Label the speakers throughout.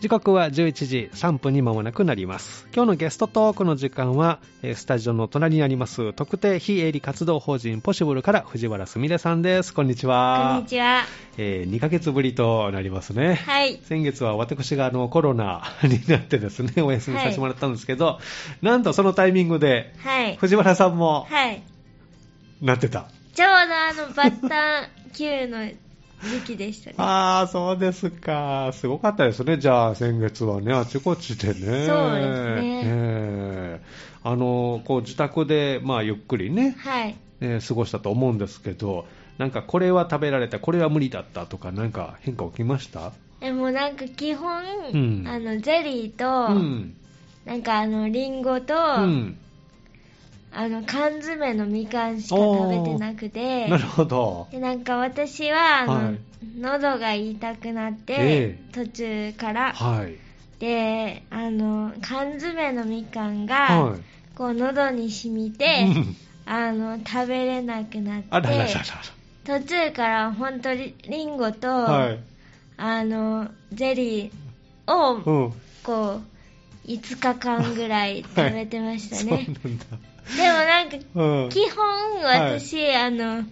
Speaker 1: 時刻は11時3分に間もなくなります今日のゲストトークの時間はえースタジオの隣にあります特定非営利活動法人ポシブルから藤原すみれさんですこんにちは
Speaker 2: こんにちは。
Speaker 1: え2ヶ月ぶりとなりますね
Speaker 2: はい。
Speaker 1: 先月は私があのコロナ になってですねお休みさせてもらったんですけど、なんとそのタイミングで
Speaker 2: はい。
Speaker 1: 藤原さんも
Speaker 2: はい。
Speaker 1: なってた、
Speaker 2: ちょうどあの、バッター級の時期でしたね。
Speaker 1: ああそうですかすごかったですねじゃあ先月はねあちこちでねそうです
Speaker 2: ね
Speaker 1: あのこう自宅でまあゆっくりね、
Speaker 2: はい。
Speaker 1: えー過ごしたと思うんですけどなんかこれは食べられたこれは無理だったとかなんか変化起きました
Speaker 2: でもなんか基本、
Speaker 1: うん
Speaker 2: あの、ゼリーと、
Speaker 1: うん
Speaker 2: なんかあの、リンゴと、
Speaker 1: うん
Speaker 2: あの、缶詰のみかんしか食べてなくて、
Speaker 1: なるほど
Speaker 2: で、なんか私は、あの、
Speaker 1: はい
Speaker 2: 喉が痛くなって、
Speaker 1: え
Speaker 2: 途中から、
Speaker 1: はい
Speaker 2: で、あの、缶詰のみかんが、
Speaker 1: はい
Speaker 2: こう、喉に染みて、
Speaker 1: うん
Speaker 2: あの、食べれなくなって、
Speaker 1: あらららら
Speaker 2: 途中から本当にリンゴと、
Speaker 1: らはい
Speaker 2: あのゼリーを
Speaker 1: うん
Speaker 2: こう5日間ぐらい食べてました
Speaker 1: そう
Speaker 2: ね、
Speaker 1: なんだう
Speaker 2: でもなんんか基本私、あの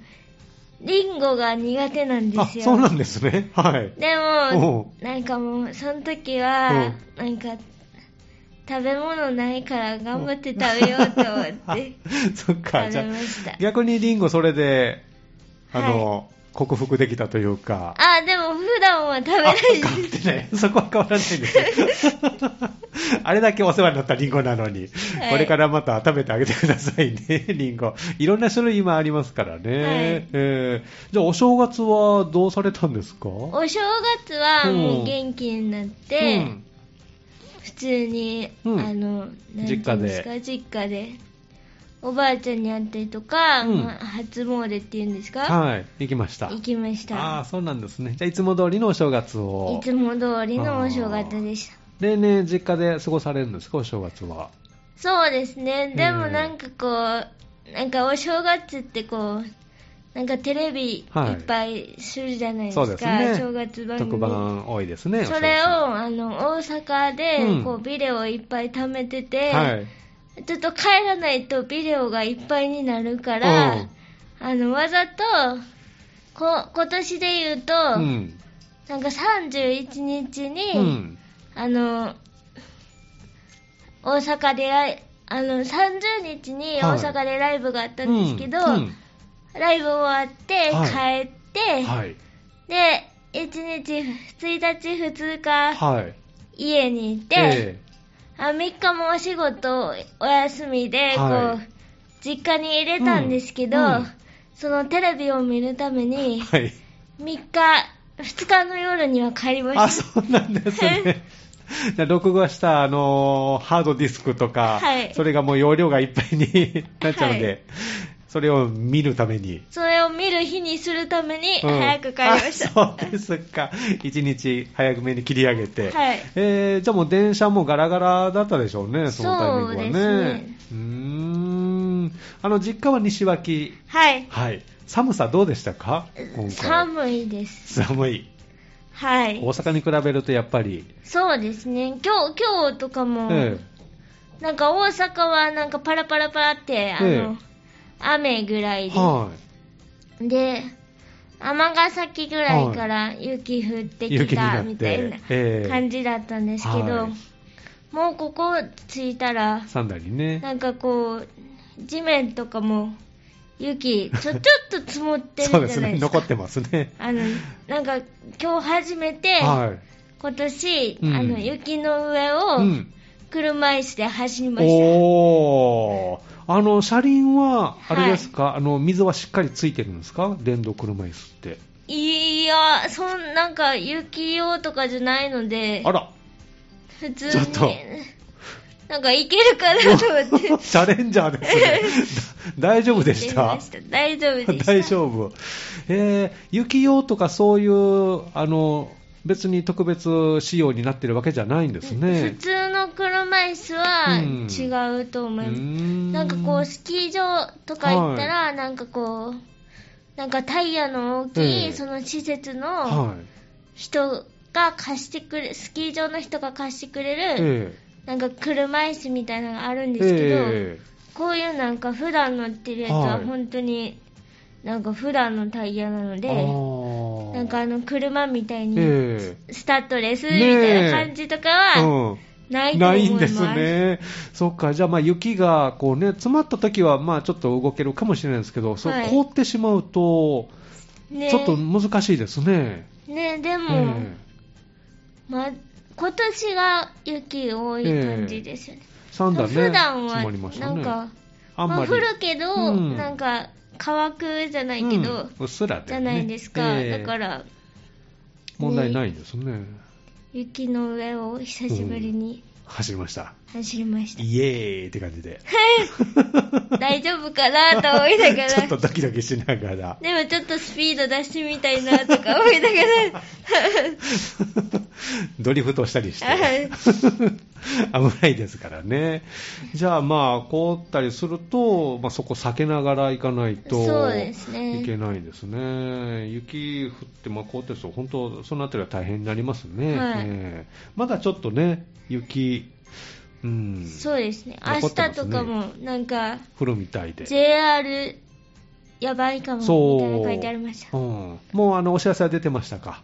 Speaker 2: リンゴが苦手なんで
Speaker 1: あ
Speaker 2: すよ
Speaker 1: そうなんですねはい
Speaker 2: で
Speaker 1: お
Speaker 2: もなんかもうその時はなんか食べ物ないから頑張って食べようと思って
Speaker 1: そっか、じゃ
Speaker 2: 食べまし
Speaker 1: あ
Speaker 2: た
Speaker 1: 逆にリンゴそれで、あの、克服できたというか。
Speaker 2: あでも普段は食べな
Speaker 1: あ
Speaker 2: い
Speaker 1: 変わってない。 そこは変わらないんです ね。あれだけお世話になったリンゴなのに、
Speaker 2: はい
Speaker 1: これからまた食べてあげてくださいね、 リンゴ。いろんな種類今ありますからね。
Speaker 2: はい
Speaker 1: えーじゃあお正月はどうされたんですかお
Speaker 2: お正月はもう元気になって、普通に、
Speaker 1: うん
Speaker 2: あのなんてい
Speaker 1: 実家
Speaker 2: うん
Speaker 1: で
Speaker 2: ですか実家でおばあちゃんに会ったりとか、
Speaker 1: うん
Speaker 2: まあ初詣っていうんですか、
Speaker 1: はい、行きました。
Speaker 2: 行きまし
Speaker 1: ああー、
Speaker 2: た
Speaker 1: そうなんですね。じゃあいつも通りのお正月を
Speaker 2: い。つも通りのお正月でした
Speaker 1: 例年実家で過ごされるんですか、お正月は。
Speaker 2: そうですねでも
Speaker 1: うん
Speaker 2: なんかこうなんかお正月ってこうなんかテレビい
Speaker 1: はい
Speaker 2: っぱいするじゃないですか、
Speaker 1: そうですね。
Speaker 2: 正月番組
Speaker 1: 特番多いですね。
Speaker 2: それを
Speaker 1: お
Speaker 2: あの大阪
Speaker 1: うん
Speaker 2: でこうビデオいっぱい貯めてて、
Speaker 1: 正月はい。
Speaker 2: ちょっと帰らないとビデオがいっぱいになるから、
Speaker 1: うん
Speaker 2: あのわざとこ今年で言うと、
Speaker 1: うん。
Speaker 2: なんか31日に、
Speaker 1: うん。
Speaker 2: あの大阪でライあの30日に
Speaker 1: は
Speaker 2: 大
Speaker 1: い
Speaker 2: 阪でライブがあったんですけど、
Speaker 1: うん
Speaker 2: ライブ終わって
Speaker 1: は
Speaker 2: 帰って、
Speaker 1: はい。
Speaker 2: で1日1日2日
Speaker 1: はい。
Speaker 2: 家にいて、
Speaker 1: え
Speaker 2: あ3日もお仕事お休みで、
Speaker 1: はい
Speaker 2: こう実家に入れたんですけど、
Speaker 1: うんうん
Speaker 2: そのテレビを見るため
Speaker 1: え
Speaker 2: に
Speaker 1: はい。
Speaker 2: 3日2日の夜には帰りま
Speaker 1: あ、
Speaker 2: し
Speaker 1: そうなんです ね。じゃあ録画した、あのーハードディスクとか、
Speaker 2: はい
Speaker 1: それがもう容量がいっぱいに なっちゃうので、
Speaker 2: はい
Speaker 1: それを見るために。
Speaker 2: たそれを見る日にするために
Speaker 1: うん
Speaker 2: 早く帰りました、
Speaker 1: あそうですか。一日早めに切り上げて。
Speaker 2: はい
Speaker 1: えーじゃあもう電車もガラガラだったでしょうね、そのタイミングは
Speaker 2: そう
Speaker 1: ね。
Speaker 2: ですね
Speaker 1: うーん。あの、実家は西脇。
Speaker 2: はい
Speaker 1: はい。寒さどうでしたか今回。
Speaker 2: 寒いです
Speaker 1: 寒い。
Speaker 2: は
Speaker 1: 大
Speaker 2: い
Speaker 1: 阪に比べるとやっぱり。
Speaker 2: そうですね今日今日とかも、
Speaker 1: え
Speaker 2: なんか大阪はなんかパラパラパラってあの、
Speaker 1: ええ
Speaker 2: 雨ぐら
Speaker 1: え
Speaker 2: いで、
Speaker 1: はい。
Speaker 2: で尼崎ぐらいから雪降って
Speaker 1: 雪
Speaker 2: き
Speaker 1: にな
Speaker 2: た
Speaker 1: って
Speaker 2: みたいな
Speaker 1: ええ
Speaker 2: 感じだったんですけど、
Speaker 1: はい
Speaker 2: もうここ着いたら
Speaker 1: サンダルにね。
Speaker 2: なんかこう地面とかも 雪ちょちょっと積もってるじ
Speaker 1: そう
Speaker 2: ゃな
Speaker 1: で
Speaker 2: いですすか
Speaker 1: ね。残ってますね。
Speaker 2: あのなんか今日初めて、
Speaker 1: は
Speaker 2: 今年、
Speaker 1: うん
Speaker 2: あの雪の上
Speaker 1: い。う
Speaker 2: を
Speaker 1: ん。
Speaker 2: 車椅子で走りました、
Speaker 1: おー。あの、車輪は、あれですか、あの、水はしっかりついてるんですか電動車椅子って。
Speaker 2: いやそんなんか雪用とかじゃないので
Speaker 1: あ ら。
Speaker 2: 普通に
Speaker 1: ちょっと
Speaker 2: なんかいけるかなと思って
Speaker 1: チャレンジャーですね。大丈夫 でし
Speaker 2: 行
Speaker 1: た
Speaker 2: ってみました大丈夫でした
Speaker 1: 大丈夫。えー雪用とかそういう、あの、別に特別仕様になってるわけじゃないんです
Speaker 2: 普
Speaker 1: ね。
Speaker 2: 通の車椅子は違うと思います、
Speaker 1: な
Speaker 2: なんかこうスキー場とか行ったら、なんかこうなんかタイヤの大きい、
Speaker 1: ええ
Speaker 2: その施設
Speaker 1: は
Speaker 2: の
Speaker 1: い。
Speaker 2: 人が貸してくれスキー場の人が貸してくれる、
Speaker 1: え
Speaker 2: なんか車椅子みたいなのがあるん
Speaker 1: え
Speaker 2: ですけど、
Speaker 1: え
Speaker 2: こういうなんか普段乗ってるやつは
Speaker 1: はい
Speaker 2: 本当になんか普段のタイヤなの
Speaker 1: え
Speaker 2: で、
Speaker 1: ああ
Speaker 2: なんかあの車みたいに、
Speaker 1: え
Speaker 2: スタッドレスみ
Speaker 1: ねえ
Speaker 2: たいな感じとか
Speaker 1: え
Speaker 2: は
Speaker 1: うん
Speaker 2: ないと
Speaker 1: な
Speaker 2: 思
Speaker 1: い
Speaker 2: い
Speaker 1: ん
Speaker 2: ま。
Speaker 1: ですすね。そっか、じゃあ、まあ、雪がこうね、詰まった時は、まあ、ちょっと動けるかもしれないですけど、そう
Speaker 2: はい
Speaker 1: 凍ってしまうと、
Speaker 2: ね
Speaker 1: ちょっと難しいですね。
Speaker 2: ねでも、
Speaker 1: ええ
Speaker 2: ま、今年が雪多い感じですよね。
Speaker 1: 三段ね、
Speaker 2: 普段は
Speaker 1: 積もりました
Speaker 2: な
Speaker 1: ね
Speaker 2: んか、
Speaker 1: あんまり。
Speaker 2: あ、降るけど、
Speaker 1: うん
Speaker 2: なんか乾くじゃないけど、
Speaker 1: うんうっすらだよね
Speaker 2: じゃないですか、
Speaker 1: ええ
Speaker 2: だから
Speaker 1: 問題ないんですね。
Speaker 2: 雪の上を久しぶりに
Speaker 1: 走りました。
Speaker 2: 走りました。
Speaker 1: イエーイって感じで。
Speaker 2: 大丈夫かなと思いなが ら。
Speaker 1: ちょっとドキドキしながら。
Speaker 2: でもちょっとスピード出してみたいなとか思いなが ら、
Speaker 1: ドリフトしたり して
Speaker 2: はい、
Speaker 1: 危ないですからね、じゃあ、まあ、凍ったりすると、まあ、そこ避けながら行かないと
Speaker 2: そうですね
Speaker 1: いけないですね、雪降って、まあ、凍ってると、本当、そのあたりは大変になりますね、
Speaker 2: はい
Speaker 1: ええまだちょっとね、雪、うん、
Speaker 2: そうですね、
Speaker 1: 残
Speaker 2: 明
Speaker 1: っ
Speaker 2: 日
Speaker 1: てますね
Speaker 2: とかもなんか、
Speaker 1: 降るみたいで。
Speaker 2: JR やばいかもみたいな書いてありました
Speaker 1: う。ん、もうあのお知らせは出てましたか、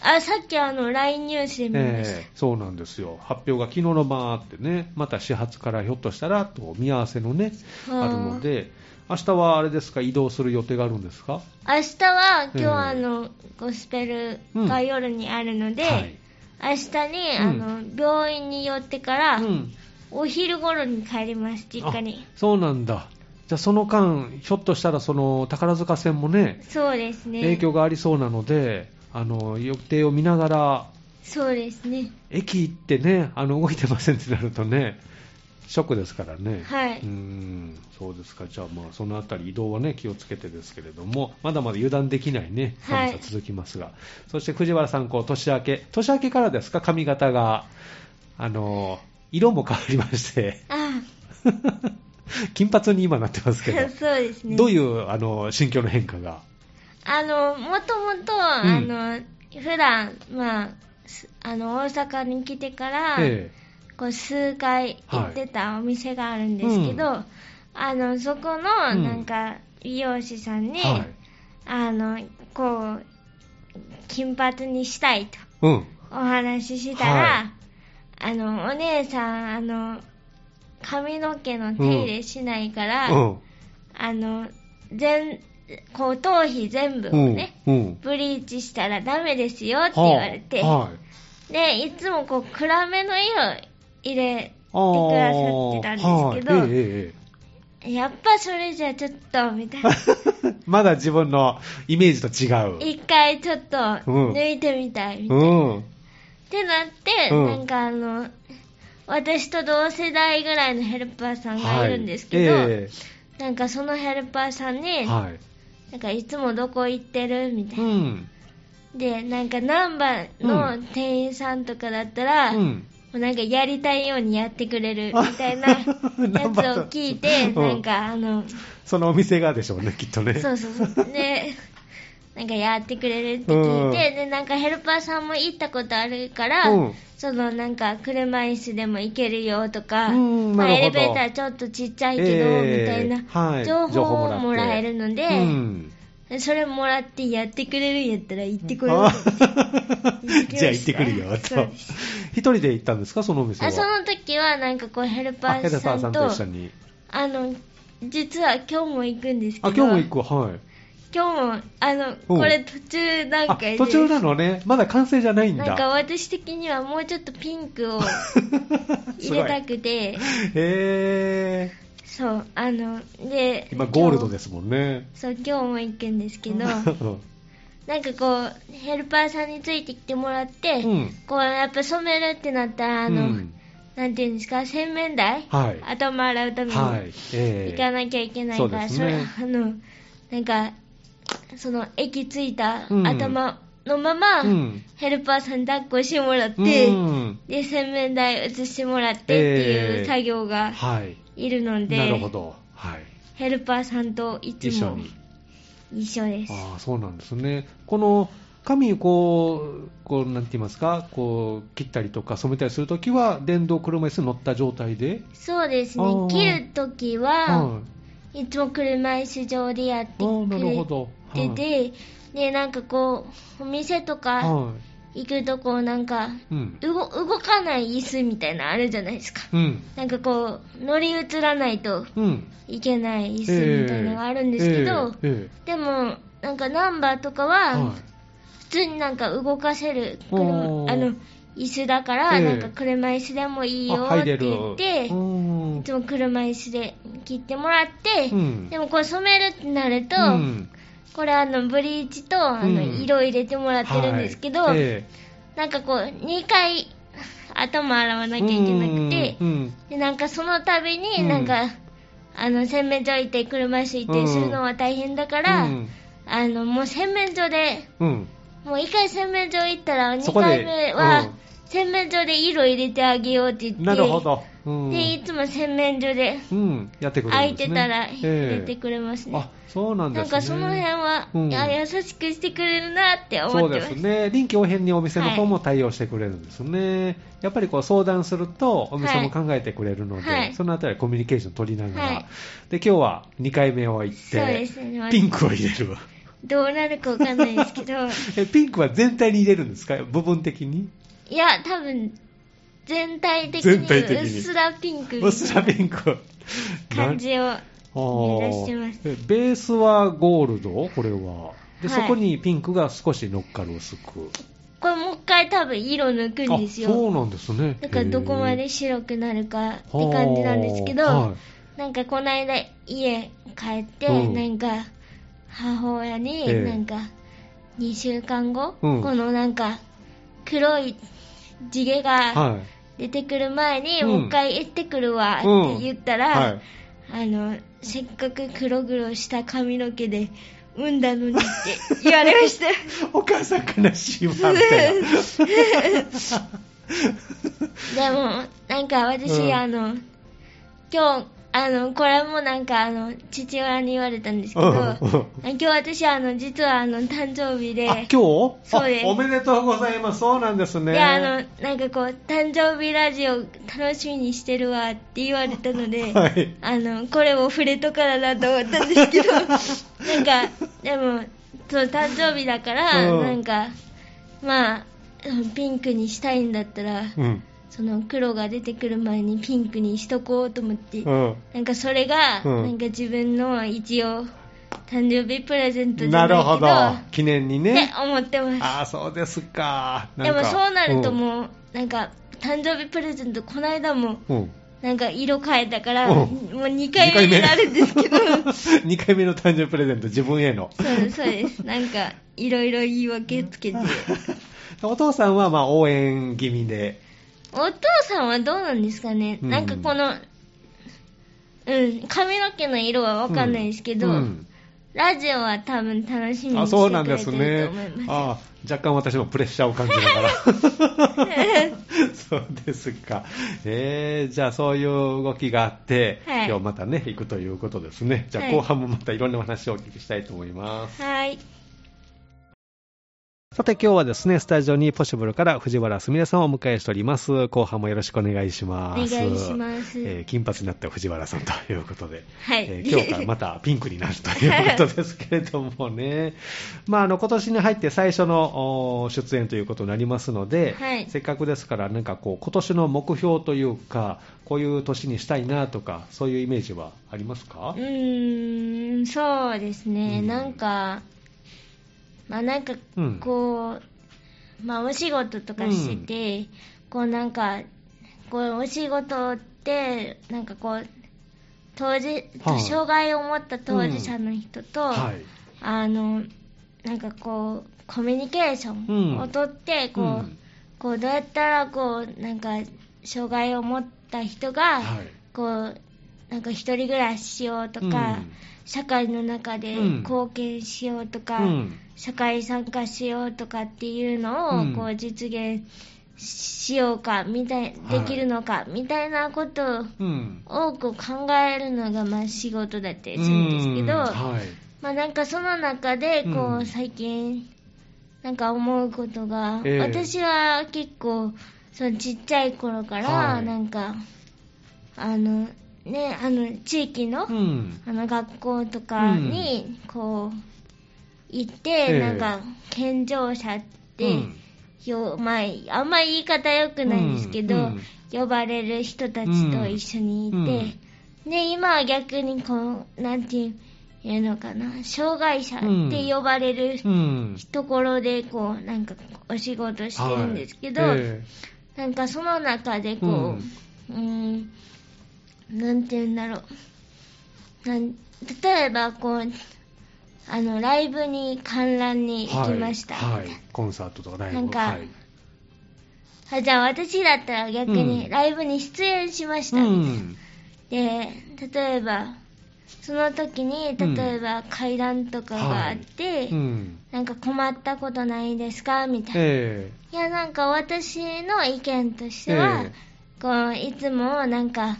Speaker 2: あ、さっきあの LINE ニュースで見ました。
Speaker 1: ええそうなんですよ、発表が昨日の晩あってね、また始発からひょっとしたらと見合わせのね、
Speaker 2: は
Speaker 1: あ
Speaker 2: あ
Speaker 1: るので、明日はあれですか、移動する予定があるんですか
Speaker 2: 明日は今
Speaker 1: え
Speaker 2: 日
Speaker 1: え
Speaker 2: あの、ゴスペルが夜にあるので、
Speaker 1: はい
Speaker 2: 明日に、
Speaker 1: うん
Speaker 2: あの病院に寄ってから、
Speaker 1: うん、
Speaker 2: お昼頃に帰ります実家に
Speaker 1: あそうなんだ、じゃあその間、ひょっとしたらその宝塚線もね、
Speaker 2: そうですね
Speaker 1: 影響がありそうなので、あの予定を見ながら、
Speaker 2: そうですね
Speaker 1: 駅行ってね、あの動いてませんってなるとね、ショックですからね。
Speaker 2: はいう
Speaker 1: ーんそうですか、じゃあ、まあ、そのあたり、移動はね、気をつけてですけれども、まだまだ油断できないね、
Speaker 2: はい
Speaker 1: 寒さ続きますが、そして藤原さん、こう年明け、年明けからですか、髪型が、あの色も変わりまして、
Speaker 2: あ
Speaker 1: 金髪に今なってます
Speaker 2: そ
Speaker 1: け
Speaker 2: う
Speaker 1: ど、
Speaker 2: ですね
Speaker 1: どういうあの心境の変化が、
Speaker 2: あのもともと、あの普段まあすあの大阪に来てから、
Speaker 1: え
Speaker 2: こう数回行ってたお店があるんですけど、
Speaker 1: は
Speaker 2: あのそこの
Speaker 1: うん
Speaker 2: なんか美容師さん
Speaker 1: え
Speaker 2: に、
Speaker 1: はい、
Speaker 2: あのこう金髪にしたいと
Speaker 1: うん、
Speaker 2: お話ししたら、
Speaker 1: はい
Speaker 2: あのお姉さんあの髪の毛の手入れしないから、
Speaker 1: うん、
Speaker 2: あの全こう頭皮全部を
Speaker 1: うん、
Speaker 2: ね、
Speaker 1: うん、
Speaker 2: ブリーチしたらダメですよって言われて、
Speaker 1: はあはい
Speaker 2: でいつもこう暗めの色入れ
Speaker 1: あー
Speaker 2: くださってたんですけど
Speaker 1: はいえええ
Speaker 2: やっぱそれじゃちょっとみた いな
Speaker 1: えまだ自分のイメージと違う。
Speaker 2: 一回ちょっと
Speaker 1: うん
Speaker 2: 抜いてみたいみたいな、
Speaker 1: うん。
Speaker 2: ってなって、
Speaker 1: うん
Speaker 2: なんかあの私と同世代ぐらいのヘルパーさんがいるんですけど、
Speaker 1: はいえ
Speaker 2: なんかそのヘルパーさん
Speaker 1: え
Speaker 2: に、
Speaker 1: はい。
Speaker 2: なんかいつもどこ行ってるみたいうな、
Speaker 1: ん。
Speaker 2: でなんか難波
Speaker 1: う
Speaker 2: の
Speaker 1: ん
Speaker 2: 店員さんとかだったら、
Speaker 1: う
Speaker 2: も
Speaker 1: ん。
Speaker 2: うなんかやりたいようにやってくれるみた いなやつを
Speaker 1: 難波の
Speaker 2: 聞いて、
Speaker 1: うん
Speaker 2: なんかあの
Speaker 1: そのお店がでしょうね、きっとね。
Speaker 2: そうそうそう。 で、なんかやってくれるって聞いて、で、なんかヘルパーさんも行ったことあるから、
Speaker 1: うん
Speaker 2: そのなんか車椅子でも行けるよとか、
Speaker 1: うんな
Speaker 2: まあ
Speaker 1: るほど
Speaker 2: エレベーターちょっとちっちゃいけど、みたい
Speaker 1: ええは
Speaker 2: な情報をもらえるので、
Speaker 1: うん。
Speaker 2: それもらってやってくれるんやったら行ってこよう。
Speaker 1: あ
Speaker 2: あ
Speaker 1: じゃあ行ってくるよ、
Speaker 2: そう
Speaker 1: と
Speaker 2: で。
Speaker 1: 一人で行ったんですか、そのお店は。
Speaker 2: その時はなんかこうヘルパ
Speaker 1: あヘ
Speaker 2: ー
Speaker 1: ルパ
Speaker 2: さ
Speaker 1: ーさ
Speaker 2: ん
Speaker 1: ん
Speaker 2: と、
Speaker 1: と
Speaker 2: あ
Speaker 1: 一緒に。
Speaker 2: の、実は今日も行くんですけど、
Speaker 1: あ、今日も行くわ、はい。
Speaker 2: 今日も、あの、
Speaker 1: うん
Speaker 2: これ途中段
Speaker 1: あ
Speaker 2: 階で、
Speaker 1: 途中なのね。まだ完成じゃないんだ。
Speaker 2: なんか 私的にはもうちょっとピンクを入れたくて、
Speaker 1: へえ。
Speaker 2: そう、あの、で、。
Speaker 1: 今、ゴールドですすもんね。
Speaker 2: そう、今日も行くんです けど、
Speaker 1: う
Speaker 2: なんかこう、ヘルパーさんについてきてもらって、
Speaker 1: うん
Speaker 2: こう、やっぱ染めるってなったら、あの、
Speaker 1: うん
Speaker 2: なんていうんですか、洗面台、
Speaker 1: はい
Speaker 2: 頭洗うために、
Speaker 1: はい。ええ
Speaker 2: 行かなきゃいけないから、
Speaker 1: そうですね
Speaker 2: それあのなんかその駅着いた
Speaker 1: うん
Speaker 2: 頭のまま、
Speaker 1: うん
Speaker 2: ヘルパーさんに抱っこしてもらって、
Speaker 1: うん
Speaker 2: で洗面台移してもらってってい
Speaker 1: えー
Speaker 2: う作業が
Speaker 1: はい。
Speaker 2: いるので、
Speaker 1: なるほど。はい。
Speaker 2: ヘルパーさんといつ
Speaker 1: 一緒
Speaker 2: も
Speaker 1: に。
Speaker 2: 一緒です。
Speaker 1: ああ、そうなんですね。この髪こう、こう、なんて言いますか、こう、切ったりとか染めたりするときは、電動車椅子に乗った状態で、
Speaker 2: そうです
Speaker 1: あ
Speaker 2: ね
Speaker 1: ー
Speaker 2: 切るとき
Speaker 1: は
Speaker 2: は、
Speaker 1: い
Speaker 2: い、つも車椅子上でやって
Speaker 1: あー
Speaker 2: く
Speaker 1: なるほ
Speaker 2: れ
Speaker 1: ど
Speaker 2: て
Speaker 1: はい
Speaker 2: て、でなんかこうお店とか
Speaker 1: は
Speaker 2: 行くとこうなんか
Speaker 1: い。うん。
Speaker 2: 動動かない椅子みたいなのあるじゃないですか
Speaker 1: うん。
Speaker 2: なんかこう乗り移らないと
Speaker 1: うん。
Speaker 2: いけない椅子みたいなのがあるんですけど、
Speaker 1: えーえ
Speaker 2: でもなんかナンバーとか
Speaker 1: ー
Speaker 2: は
Speaker 1: はい
Speaker 2: 普通になんか動かせる車
Speaker 1: おー
Speaker 2: あの椅子だから
Speaker 1: ええ
Speaker 2: なんか車椅子でもいいよ
Speaker 1: あ
Speaker 2: っ
Speaker 1: 入
Speaker 2: て
Speaker 1: れる
Speaker 2: 言って、
Speaker 1: うん
Speaker 2: いつも車椅子で切ってもらって、
Speaker 1: うん
Speaker 2: でもこれ染めるってなると、
Speaker 1: うん
Speaker 2: これあのブリーチとあの
Speaker 1: うん
Speaker 2: 色入れてもらってるんですけど、
Speaker 1: はいえ
Speaker 2: なんかこう2回頭洗わ
Speaker 1: え
Speaker 2: なきゃいけなくて、
Speaker 1: うんうん
Speaker 2: でなんかその度
Speaker 1: う
Speaker 2: に
Speaker 1: ん
Speaker 2: なんか、あの洗面所行って車椅子行ってするのは大変だから、
Speaker 1: うん
Speaker 2: あのもう洗面所で
Speaker 1: うん
Speaker 2: もう1回洗面所行ったら
Speaker 1: そ
Speaker 2: 2
Speaker 1: こで
Speaker 2: 回目は
Speaker 1: うん
Speaker 2: 洗面所で色入れてあげようって言って
Speaker 1: なるほど、うん
Speaker 2: でいつも洗面所で
Speaker 1: うん、やってくれ
Speaker 2: 空
Speaker 1: るん
Speaker 2: い
Speaker 1: ですね
Speaker 2: てたら入れ
Speaker 1: ええ
Speaker 2: てくれますね、
Speaker 1: あそうなんですね
Speaker 2: なんかその辺は、
Speaker 1: うん
Speaker 2: いや優しくしてくれるなって
Speaker 1: そ
Speaker 2: 思
Speaker 1: う
Speaker 2: っ
Speaker 1: で
Speaker 2: てます
Speaker 1: すね臨機応変にお店の方も対応してくれるんですね、やっぱりこう相談するとお店も考えてくれるので、
Speaker 2: はい
Speaker 1: そのあたりはコミュニケーション取りながら、
Speaker 2: はい
Speaker 1: で今日は2回目を行って
Speaker 2: そうですね
Speaker 1: ピンクを入れ る
Speaker 2: どうなるかわかんないですけど
Speaker 1: えピンクは全体に入れるんですか部分的に
Speaker 2: いや多分全体的
Speaker 1: 全体的
Speaker 2: に
Speaker 1: に
Speaker 2: うっすらピンク み
Speaker 1: うっす
Speaker 2: た
Speaker 1: ら
Speaker 2: い
Speaker 1: ピンク
Speaker 2: な感じを目指してます
Speaker 1: あーえベースはゴールドこれはで、
Speaker 2: はい
Speaker 1: そこにピンクが少し乗っかる薄く
Speaker 2: これもう一回多分色抜くんです
Speaker 1: あそ
Speaker 2: よ
Speaker 1: うなんですね
Speaker 2: だからどこまで白くなるかって感じなんですけど、
Speaker 1: は
Speaker 2: なんかこの間家帰って、
Speaker 1: うん
Speaker 2: なんか母親に、
Speaker 1: ええ
Speaker 2: なんか2週間後、
Speaker 1: うん
Speaker 2: このなんか黒い地毛
Speaker 1: い、
Speaker 2: が
Speaker 1: はい
Speaker 2: 出てくる前に、
Speaker 1: うん
Speaker 2: もう一回行ってくるわって言ったら、
Speaker 1: はい
Speaker 2: あのせっかく黒々した髪の毛で産んだのにって言われました
Speaker 1: お母さん悲しいわみたいな
Speaker 2: でもなんか私、
Speaker 1: うん
Speaker 2: あの今日あのこれもなんかあの父親に言われたんですけど、
Speaker 1: うん
Speaker 2: 今日私あの実はあの誕生日で、
Speaker 1: あ今日
Speaker 2: そうです
Speaker 1: あおめでとうございますそうなんですね
Speaker 2: であのなんかこう誕生日ラジオ楽しみにしてるわって言われたので、
Speaker 1: はい
Speaker 2: あのこれを触れとからだと思ったんですけ どなんかでもそう誕生日だから、
Speaker 1: うん
Speaker 2: なんかまあピンクにしたいんだったら
Speaker 1: うん
Speaker 2: その黒が出てくる前にピンクにしとこうと思って、
Speaker 1: うん
Speaker 2: なんかそれが、
Speaker 1: うん
Speaker 2: なんか自分の一応誕生日プレゼントじ
Speaker 1: な
Speaker 2: ゃないけ
Speaker 1: る
Speaker 2: ど
Speaker 1: ほど記念に
Speaker 2: って
Speaker 1: ね
Speaker 2: 思ってます
Speaker 1: ああ そうですか
Speaker 2: でもそうなると
Speaker 1: う
Speaker 2: もうなんか誕生日プレゼントこの間も
Speaker 1: うん、 うん
Speaker 2: なんか色変えたから
Speaker 1: うん
Speaker 2: もう2回目になるんですけど
Speaker 1: 2回目の誕生日プレゼント自分への
Speaker 2: そうですそうですなんかいろいろ言い訳つけて
Speaker 1: お父さんはまあ応援気味で
Speaker 2: お父さんはどうなんですかね、
Speaker 1: うん
Speaker 2: なんかこのうん髪の毛の色は分かんないですけど、
Speaker 1: うん
Speaker 2: ラジオは多分楽しみ
Speaker 1: あ
Speaker 2: にし
Speaker 1: そう
Speaker 2: て
Speaker 1: なん
Speaker 2: く
Speaker 1: で
Speaker 2: れ
Speaker 1: す
Speaker 2: てる
Speaker 1: ね
Speaker 2: と思い ます
Speaker 1: あー若干私もプレッシャーを感じながら そうですか、えー、じゃあそういう動きがあって、
Speaker 2: はい
Speaker 1: 今日またね行くということですねじゃあ
Speaker 2: はい
Speaker 1: 後半もまたいろんなお話をお聞きしたいと思います、
Speaker 2: はい
Speaker 1: さて今日はですねスタジオにポシブルから藤原すみれさんをお迎えしております後半もよろしくお願いし
Speaker 2: お
Speaker 1: ま
Speaker 2: 願い
Speaker 1: す
Speaker 2: します、
Speaker 1: えー金髪になった藤原さんということで
Speaker 2: はい、
Speaker 1: えー今日からまたピンクになるということですけれどもね、 まあ、あの今年に入って最初のお出演ということになりますので、
Speaker 2: はい
Speaker 1: せっかくですから、なんかこう、今年の目標というか、こういう年にしたいなとか、そういうイメージはありますか
Speaker 2: う、ーん、そうですね、
Speaker 1: うん
Speaker 2: なんか、まあなんか
Speaker 1: うん
Speaker 2: こう、まあお仕事とかしてて、こうなんか、こうお仕事って、なんかこう、当事、
Speaker 1: はい
Speaker 2: 障害を持った当事者の人と、
Speaker 1: はい、
Speaker 2: あの、なんかこう、コミュニケーショ
Speaker 1: うん
Speaker 2: ンをとって、こう、
Speaker 1: うん
Speaker 2: こうどうやったらこうなんか障害を持った人が、
Speaker 1: はい
Speaker 2: こうなんか一人暮らししようとか、
Speaker 1: うん
Speaker 2: 社会の中で
Speaker 1: うん
Speaker 2: 貢献しようとか、
Speaker 1: うん
Speaker 2: 社会参加しようとかっていうのを、
Speaker 1: うん
Speaker 2: こう実現しようかみたい
Speaker 1: はい
Speaker 2: できるのか、みたいなことを
Speaker 1: うん、
Speaker 2: 多く考えるのがまあ仕事だったりするんですけど、
Speaker 1: うんはい
Speaker 2: まあなんかその中でこう、
Speaker 1: うん
Speaker 2: 最近なんか思うことが、
Speaker 1: ええ
Speaker 2: 私は結構そのちっちゃい頃から、
Speaker 1: はい
Speaker 2: なんかあのねあの地域の、
Speaker 1: うん。
Speaker 2: あの学校とかにこう行って、
Speaker 1: ええ
Speaker 2: なんか健常者って、
Speaker 1: うん
Speaker 2: よまあ、あんまり言い方良くないんですけど、
Speaker 1: うんうん
Speaker 2: 呼ばれる人たちと一緒にいて、
Speaker 1: うん
Speaker 2: で今は逆にこうなんていうのかな障害者って呼ばれる
Speaker 1: うん。
Speaker 2: ところでこうなんかお仕事してるんですけど、
Speaker 1: はいえ
Speaker 2: なんかその中でこう、うーん、なんて言うんだろう。なん例えばこう、あの、ライブに観
Speaker 1: え
Speaker 2: 覧に行きました。
Speaker 1: はい。はいコンサートとかライブ
Speaker 2: なんか
Speaker 1: はい
Speaker 2: あじゃあ私だったら逆
Speaker 1: う
Speaker 2: に
Speaker 1: ん
Speaker 2: ライブに出演しました。
Speaker 1: うん。
Speaker 2: で、例えば、その時に、
Speaker 1: うん
Speaker 2: 例えば階段とかがあって、
Speaker 1: うん。
Speaker 2: なんか困ったことないですかみたいな。
Speaker 1: え
Speaker 2: いや、なんか私の意見とし
Speaker 1: え
Speaker 2: ては、
Speaker 1: え
Speaker 2: こういつもなんか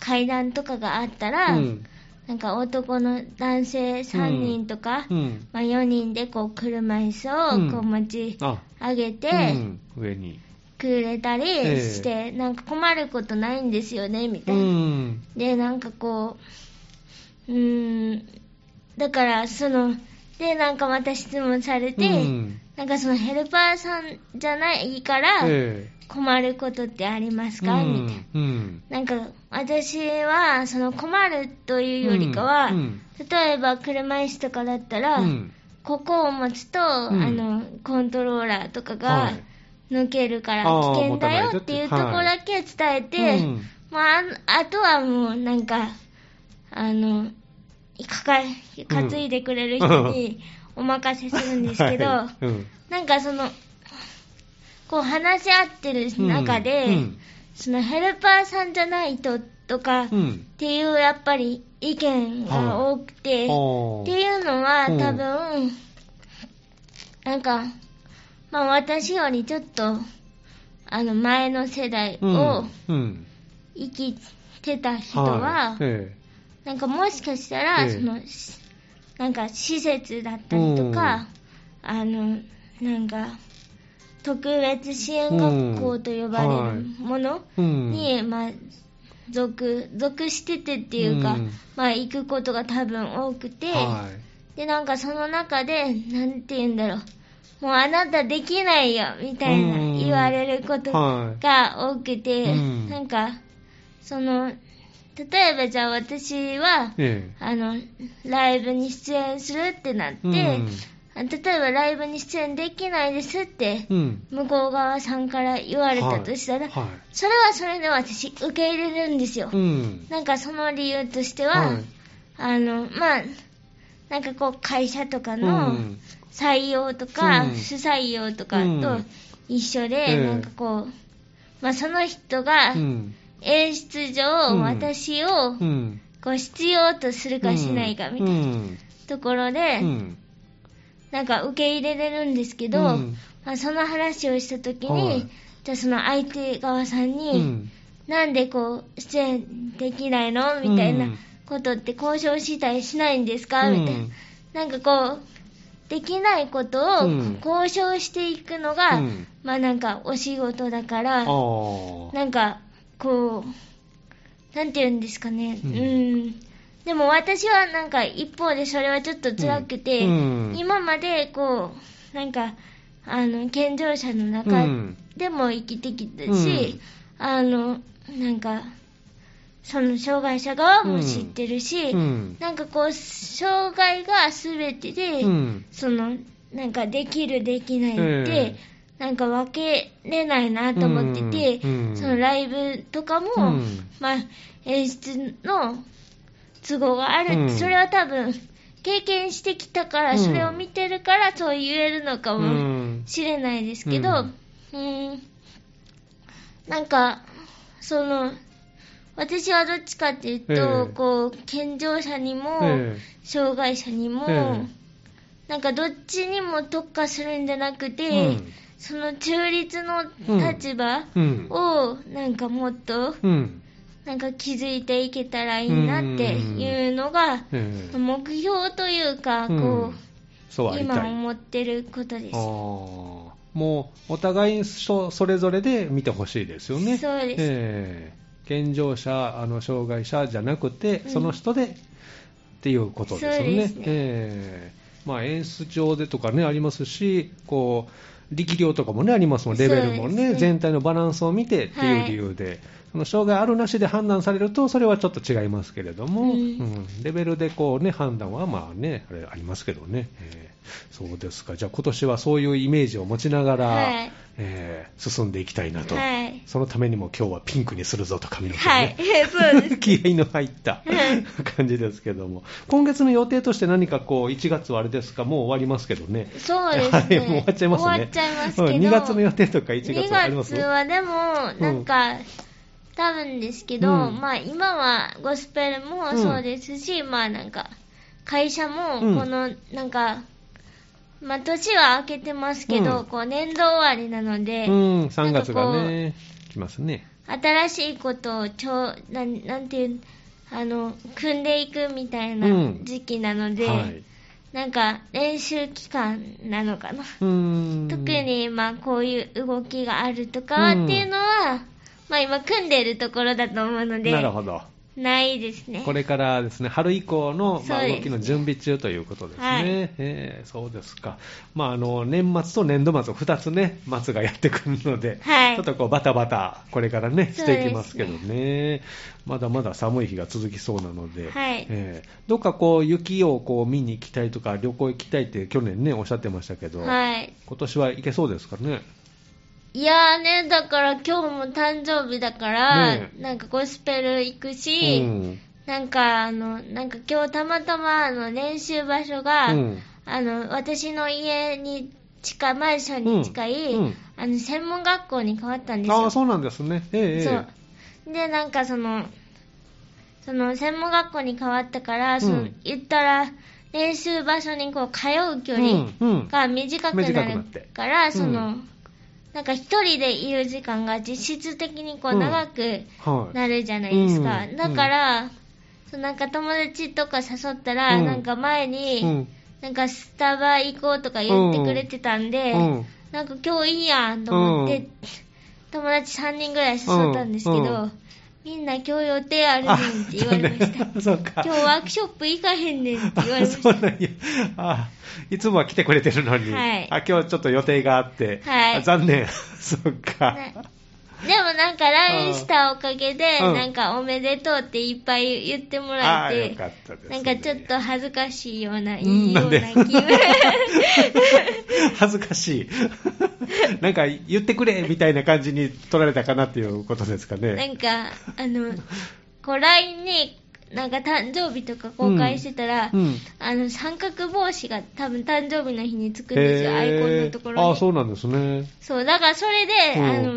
Speaker 2: 階段とかがあった
Speaker 1: え
Speaker 2: ら、
Speaker 1: うん。
Speaker 2: なんか男の男性3人とか、
Speaker 1: うん。
Speaker 2: まあ、4人でこう車椅子
Speaker 1: うん
Speaker 2: をこう持ち
Speaker 1: あ、
Speaker 2: 上げて
Speaker 1: うん、上に。
Speaker 2: くれたり
Speaker 1: ええ
Speaker 2: して、なんか困ることないんですよねみた
Speaker 1: う
Speaker 2: いな、
Speaker 1: ん。
Speaker 2: でなんかこううーんだからそのでなんかまた質問されて、
Speaker 1: うん
Speaker 2: なんかそのヘルパーさんじゃないから
Speaker 1: え
Speaker 2: 困ることってあります
Speaker 1: え
Speaker 2: か、
Speaker 1: うん
Speaker 2: みたいな
Speaker 1: うん。
Speaker 2: なんか私はその困るというよりかは、
Speaker 1: うん
Speaker 2: 例えば車椅子とかだったら、
Speaker 1: うん
Speaker 2: ここを持つと、
Speaker 1: ん
Speaker 2: あのコントローラーとか
Speaker 1: は
Speaker 2: が
Speaker 1: い
Speaker 2: 抜けるから
Speaker 1: あー
Speaker 2: 危険だよっていう
Speaker 1: 持
Speaker 2: と
Speaker 1: た
Speaker 2: こ
Speaker 1: ないと
Speaker 2: ろ
Speaker 1: って
Speaker 2: だけ伝えて、
Speaker 1: うん
Speaker 2: まあ、ああとはもうなんかあの抱え
Speaker 1: うん
Speaker 2: 担いでくれる人にお任せするんですけど、
Speaker 1: はいうん
Speaker 2: なんかそのこう話し合ってる中で、
Speaker 1: うん
Speaker 2: そのヘルパーさんじゃないととかっ
Speaker 1: うん
Speaker 2: ていうやっぱり意見が多くて、
Speaker 1: お
Speaker 2: っ
Speaker 1: ー
Speaker 2: ていうのは
Speaker 1: うん
Speaker 2: 多分、なんか、まあ私よりちょっと、あの前の世代を
Speaker 1: うんうん
Speaker 2: 生きてた人は、
Speaker 1: え
Speaker 2: なんかもしかした
Speaker 1: ええ
Speaker 2: ら、その、しなんか施設だったりとか、あの、なんか、特別支援学校と呼ば
Speaker 1: うんは
Speaker 2: れ
Speaker 1: い
Speaker 2: るもの、
Speaker 1: えうん
Speaker 2: に、まあ、属属しててっていうか、
Speaker 1: うん
Speaker 2: まあ、行くことが多分多くて、
Speaker 1: はい
Speaker 2: でなんかその中でなんて言うんだろうもうあなたできないよみたいな
Speaker 1: うん
Speaker 2: 言われること
Speaker 1: はい
Speaker 2: が多くて、
Speaker 1: うん
Speaker 2: なんかその例えばじゃあ私は
Speaker 1: え
Speaker 2: あのライブに出演するってなって、
Speaker 1: えうん
Speaker 2: あ例えばライブに出演できないですって
Speaker 1: うん
Speaker 2: 向こう側さんから言われたとしたら、
Speaker 1: はいは
Speaker 2: それはそれで私受け入れるんですよ、
Speaker 1: いうん
Speaker 2: なんかその理由としては、
Speaker 1: はい
Speaker 2: あのまあなんかこう会社とかの
Speaker 1: うん
Speaker 2: 採用とか、
Speaker 1: うん
Speaker 2: 不採用とか
Speaker 1: うん
Speaker 2: と一緒で、
Speaker 1: ええ
Speaker 2: なんかこう、まあ、その人が
Speaker 1: うん
Speaker 2: 演出
Speaker 1: う
Speaker 2: 上
Speaker 1: ん
Speaker 2: 私を
Speaker 1: うん
Speaker 2: こう必要とするかしないかみたいな
Speaker 1: うん
Speaker 2: ところで、
Speaker 1: うん
Speaker 2: なんか受け入れれるんですけど、
Speaker 1: うん
Speaker 2: まあ、その話をした時に、
Speaker 1: はい
Speaker 2: じゃあその相手側さんに、
Speaker 1: うん
Speaker 2: なんでこう出演できないのみたいな
Speaker 1: うん
Speaker 2: ことって交渉したりしないんですか、みたい
Speaker 1: うん
Speaker 2: ななんかこうできないことを
Speaker 1: うん
Speaker 2: 交渉していくのが、
Speaker 1: うん
Speaker 2: まあなんかお仕事だか
Speaker 1: あ
Speaker 2: ら
Speaker 1: ー
Speaker 2: なんかこうなんて言うんですかね
Speaker 1: う
Speaker 2: うんんでも私はなんか一方でそれはちょっと辛くて、
Speaker 1: うんうん
Speaker 2: 今までこうなんかあの健常者の中で、
Speaker 1: うん
Speaker 2: でも生きてきたし、あのなんかその障害者側も知ってるし、
Speaker 1: うん
Speaker 2: なんかこう障害が全てで、
Speaker 1: うん
Speaker 2: そのなんかできるできないって、
Speaker 1: ええ
Speaker 2: なんか分けれないなと思ってて、
Speaker 1: うんうん
Speaker 2: そのライブとかも、
Speaker 1: うん
Speaker 2: まあ、演出の都合がある、
Speaker 1: うん
Speaker 2: それは多分経験してきたから、
Speaker 1: うん
Speaker 2: それを見てるからそう言えるのかも。
Speaker 1: うん
Speaker 2: 知れないですけ
Speaker 1: う
Speaker 2: ど
Speaker 1: ん、
Speaker 2: うーん、なんか、その、私はどっちかっていうと、
Speaker 1: ええ
Speaker 2: こう、健常者にも、
Speaker 1: え
Speaker 2: 障害者にも、
Speaker 1: ええ
Speaker 2: なんかどっちにも特化するんじゃなくて、
Speaker 1: うん
Speaker 2: その中立の立場
Speaker 1: えうん
Speaker 2: を、なんかもっと、
Speaker 1: うん
Speaker 2: なんか気づいていけたらいいなっていうのが、
Speaker 1: ええ
Speaker 2: 目標というか、
Speaker 1: うん
Speaker 2: こう、
Speaker 1: そうありた
Speaker 2: 今
Speaker 1: い。
Speaker 2: 思ってることです
Speaker 1: あーもうお互いそそれぞれで見てほしいですよね。
Speaker 2: そうです
Speaker 1: ええ健常者、あの障害者じゃなくて、
Speaker 2: うん
Speaker 1: その人でっていうことですよ
Speaker 2: そう
Speaker 1: ね。
Speaker 2: ですね
Speaker 1: ええまあ、演出上でとかね、ありますし、こう力量とかもね、ありますもん、レベルも
Speaker 2: そうです
Speaker 1: ね、
Speaker 2: ね
Speaker 1: 全体のバランスを見てっていう理由で、その障害あるなしで判断されると、それはちょっと違いますけれども、
Speaker 2: うん
Speaker 1: うんレベルでこうね判断はまあねあれありますけどね、えーそうですかじゃあ今年はそういうイメージを持ちながら、
Speaker 2: はい
Speaker 1: えー進んでいきたいなと、
Speaker 2: はい
Speaker 1: そのためにも今日はピンクにするぞと髪の毛を
Speaker 2: は
Speaker 1: ね
Speaker 2: い、 そうで す
Speaker 1: 気合いの入った
Speaker 2: はい
Speaker 1: 感じですけども今月の予定として何かこう1月はあれですかもう終わりますけどね
Speaker 2: そうですね
Speaker 1: はい、もう終わっちゃいますね
Speaker 2: 終わっちゃいますけど、
Speaker 1: うん2月の予定とか1月
Speaker 2: 2
Speaker 1: はあります
Speaker 2: 月はでも、なんか、多分ですけど、
Speaker 1: うん
Speaker 2: まあ今はゴスペルもそうですし、まあなんか、会社も
Speaker 1: うん
Speaker 2: この、なんか、まあ年は明けてますけど、
Speaker 1: うん
Speaker 2: こう年度終わりなので、
Speaker 1: うん3月がね来ますね
Speaker 2: 新しいことをちょうなん、なんていう、あの、組んでいくみたいな
Speaker 1: うん
Speaker 2: 時期なので、
Speaker 1: はい
Speaker 2: なんか練習期間なのかな。
Speaker 1: うーん
Speaker 2: 特にまあこういう動きがあるとか
Speaker 1: うん
Speaker 2: っていうのは、まあ今組んでるところだと思うので、
Speaker 1: なるほど
Speaker 2: ないですね。
Speaker 1: これからですね、春以降の、ま
Speaker 2: そ
Speaker 1: あ、
Speaker 2: うです
Speaker 1: 動きの準備中ということですね。
Speaker 2: はい
Speaker 1: えーそうですか。まあ、あの、年末と年度末、2つね、末がやってくるので、
Speaker 2: はい
Speaker 1: ちょっとこう、バタバタ、これからね、
Speaker 2: そ
Speaker 1: し
Speaker 2: うですね
Speaker 1: ていきますけどね。まだまだ寒い日が続きそうなので、
Speaker 2: はい
Speaker 1: えーどっかこう、雪をこう、見に行きたいとか、旅行行きたいって去年ね、おっしゃってましたけど、
Speaker 2: はい。
Speaker 1: 今年は行けそうですかね。
Speaker 2: いやーね、だから今日も誕生日だから、
Speaker 1: ねえ
Speaker 2: なんかゴスペル行くし、
Speaker 1: うん
Speaker 2: なんかあの、なんか今日たまたまあの練習場所が、
Speaker 1: うん
Speaker 2: あの、私の家に近い、マンションに近い、
Speaker 1: うんうん
Speaker 2: あの、専門学校に変わったんですよ。
Speaker 1: ああ、そうなんですね。ええ
Speaker 2: そう。で、なんかその、その専門学校に変わったから、そうの
Speaker 1: ん
Speaker 2: 言ったら、練習場所にこう通う距離
Speaker 1: うんうん
Speaker 2: が短くな
Speaker 1: 短くな
Speaker 2: る
Speaker 1: って
Speaker 2: から、そうの
Speaker 1: ん、
Speaker 2: なんか一人でいる時間が実質的にこ
Speaker 1: う
Speaker 2: うん長く
Speaker 1: はい。
Speaker 2: なるじゃないですか。
Speaker 1: うん
Speaker 2: だから、そうなんか友達とか誘ったら、
Speaker 1: うん
Speaker 2: なんか前
Speaker 1: う
Speaker 2: に
Speaker 1: ん、
Speaker 2: なんかスタバ行こうとか言ってくれてたんで、
Speaker 1: うん
Speaker 2: なんか今日いいやんと思って、
Speaker 1: うん
Speaker 2: 友達3人ぐらい誘ったんですけど、
Speaker 1: うんうん
Speaker 2: みんな今日予定あるねんって言われまし
Speaker 1: あ
Speaker 2: た。
Speaker 1: そうねそうか
Speaker 2: 今日ワークショップ行かへんねんって言われま し
Speaker 1: あそ
Speaker 2: た。
Speaker 1: うなんやあいつもは来てくれてるのに、
Speaker 2: はい
Speaker 1: あ今日ちょっと予定があって、
Speaker 2: はい
Speaker 1: あ残念、 そうか、
Speaker 2: ねでもなんか LINE したおかげで、
Speaker 1: うん
Speaker 2: なんかおめでとうっていっぱい言っても
Speaker 1: あ
Speaker 2: ら
Speaker 1: あ
Speaker 2: え
Speaker 1: よ
Speaker 2: て、
Speaker 1: かったです、
Speaker 2: なんかちょっと恥ずかしいような、い
Speaker 1: うん
Speaker 2: い
Speaker 1: な
Speaker 2: よ
Speaker 1: ん
Speaker 2: う
Speaker 1: で
Speaker 2: な気分。
Speaker 1: 恥ずかしい、 なんか言ってくれみたいな感じに取られたかなっていうことですか
Speaker 2: な
Speaker 1: ね。
Speaker 2: んか、あの、こう LINE に、なんか誕生日とか公開してたら、
Speaker 1: うん
Speaker 2: あの、三角帽子が多分誕生日の日につくんですよ、アイコンのところ
Speaker 1: へー
Speaker 2: に。
Speaker 1: ああそうなんですね。
Speaker 2: そう、だからそれで、
Speaker 1: うん
Speaker 2: あの、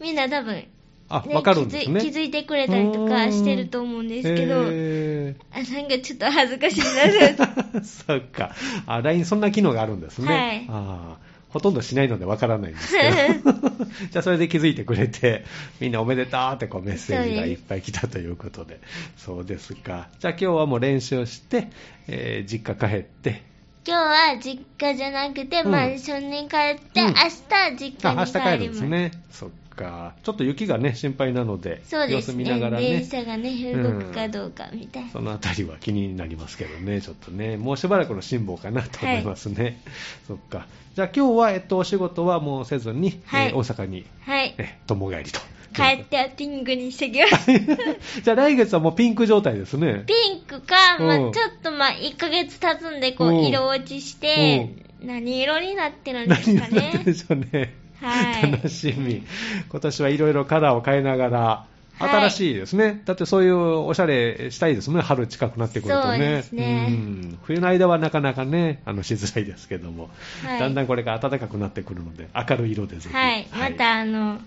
Speaker 2: みんな多分、ね
Speaker 1: あ、わかるんですね。
Speaker 2: 気づ気づいてくれたりとかしてると思うんですけど、
Speaker 1: へー
Speaker 2: あなんかちょっと恥ずかしい な
Speaker 1: そっか。あ、LINE そんな機能があるんですね。
Speaker 2: はい
Speaker 1: あーほとんどしないのでわからないんですけど。 じゃあそれで気づいてくれて、みんなおめでとうってこうメッセージがいっぱい来たということで。そうですか。じゃあ今日はもう練習をして、えー実家帰って。
Speaker 2: 今日は実家じゃなくて、
Speaker 1: うん
Speaker 2: マンションに帰って、
Speaker 1: うん
Speaker 2: 明日実
Speaker 1: あ、
Speaker 2: 家
Speaker 1: 明日
Speaker 2: に帰
Speaker 1: 帰るん
Speaker 2: り
Speaker 1: で
Speaker 2: ます
Speaker 1: す。ね。そっか。ちょっと雪がね、心配なので、
Speaker 2: そうです
Speaker 1: 様子見なが
Speaker 2: ね
Speaker 1: ら
Speaker 2: 電
Speaker 1: ね。
Speaker 2: 車がね、動くかどうかみたいな。
Speaker 1: そのあたりは気になりますけどね、 ちょっとね、もうしばらくの辛抱かなと思いますね。そっか。じゃあ今日は、えっと、お仕事はもうせずに、
Speaker 2: はい
Speaker 1: えー大阪に、
Speaker 2: はい。
Speaker 1: えー、友帰りと。
Speaker 2: 帰ってはピンクにしてきます。
Speaker 1: じゃあ来月はもうピンク状態ですね。
Speaker 2: ピンクか、まあ、ち
Speaker 1: う
Speaker 2: ょ
Speaker 1: ん
Speaker 2: っとまあ1ヶ月経つんで、こ
Speaker 1: うん
Speaker 2: う、色落ちして、何色になってるんで
Speaker 1: 何
Speaker 2: す
Speaker 1: に
Speaker 2: か
Speaker 1: なってるで
Speaker 2: ね。
Speaker 1: しょうね。
Speaker 2: はい
Speaker 1: 楽しみ。今年はいろいろカラーを変えながら、
Speaker 2: はい
Speaker 1: 新しいですね、だってそういうおしゃれしたいですもんね、春近くなってくるとね。
Speaker 2: そうですね
Speaker 1: うん冬の間はなかなかね、あのしづらいですけども、
Speaker 2: はい
Speaker 1: だんだんこれが暖かくなってくるので、明るい色でぜひ。
Speaker 2: はい。また、あの、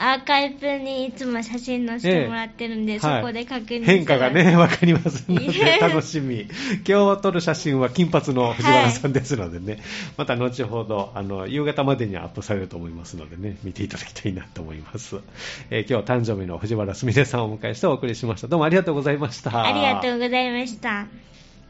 Speaker 2: アーカイブにいつも写真載せてもらってるんで、
Speaker 1: ええ
Speaker 2: そこで確認してます
Speaker 1: 変化がね、 わかりますの
Speaker 2: いい
Speaker 1: で、
Speaker 2: ね
Speaker 1: 楽しみ。今日撮る写真は金髪の藤原さんですのでね、また後ほど、あの、夕方までにはアップされると思いますのでね、見ていただきたいなと思います。えー今日誕生日の藤原すみれさんをお迎えしてお送りしました。どうもありがとうございました。
Speaker 2: ありがとうございました。